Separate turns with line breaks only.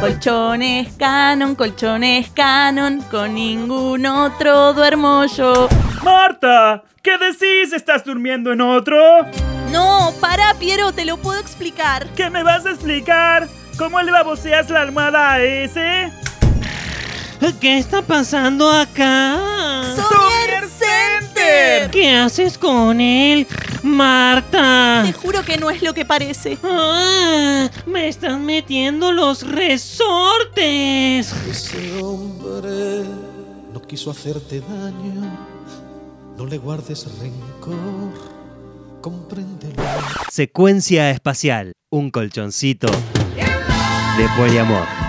Colchones Canon, colchones Canon, con ningún otro duermo yo.
¡Marta! ¿Qué decís? ¿Estás durmiendo en otro?
No, para, Piero, te lo puedo explicar.
¿Qué me vas a explicar? ¿Cómo le baboseas la almohada a ese?
¿Qué está pasando acá?
¡Somier Center!
¿Qué haces con él, Marta?
Te juro que no es lo que parece.
Ah, me están metiendo los resortes.
Ese hombre no quiso hacerte daño. No le guardes rencor. Compréndelo.
Secuencia espacial. Un colchoncito de poliamor.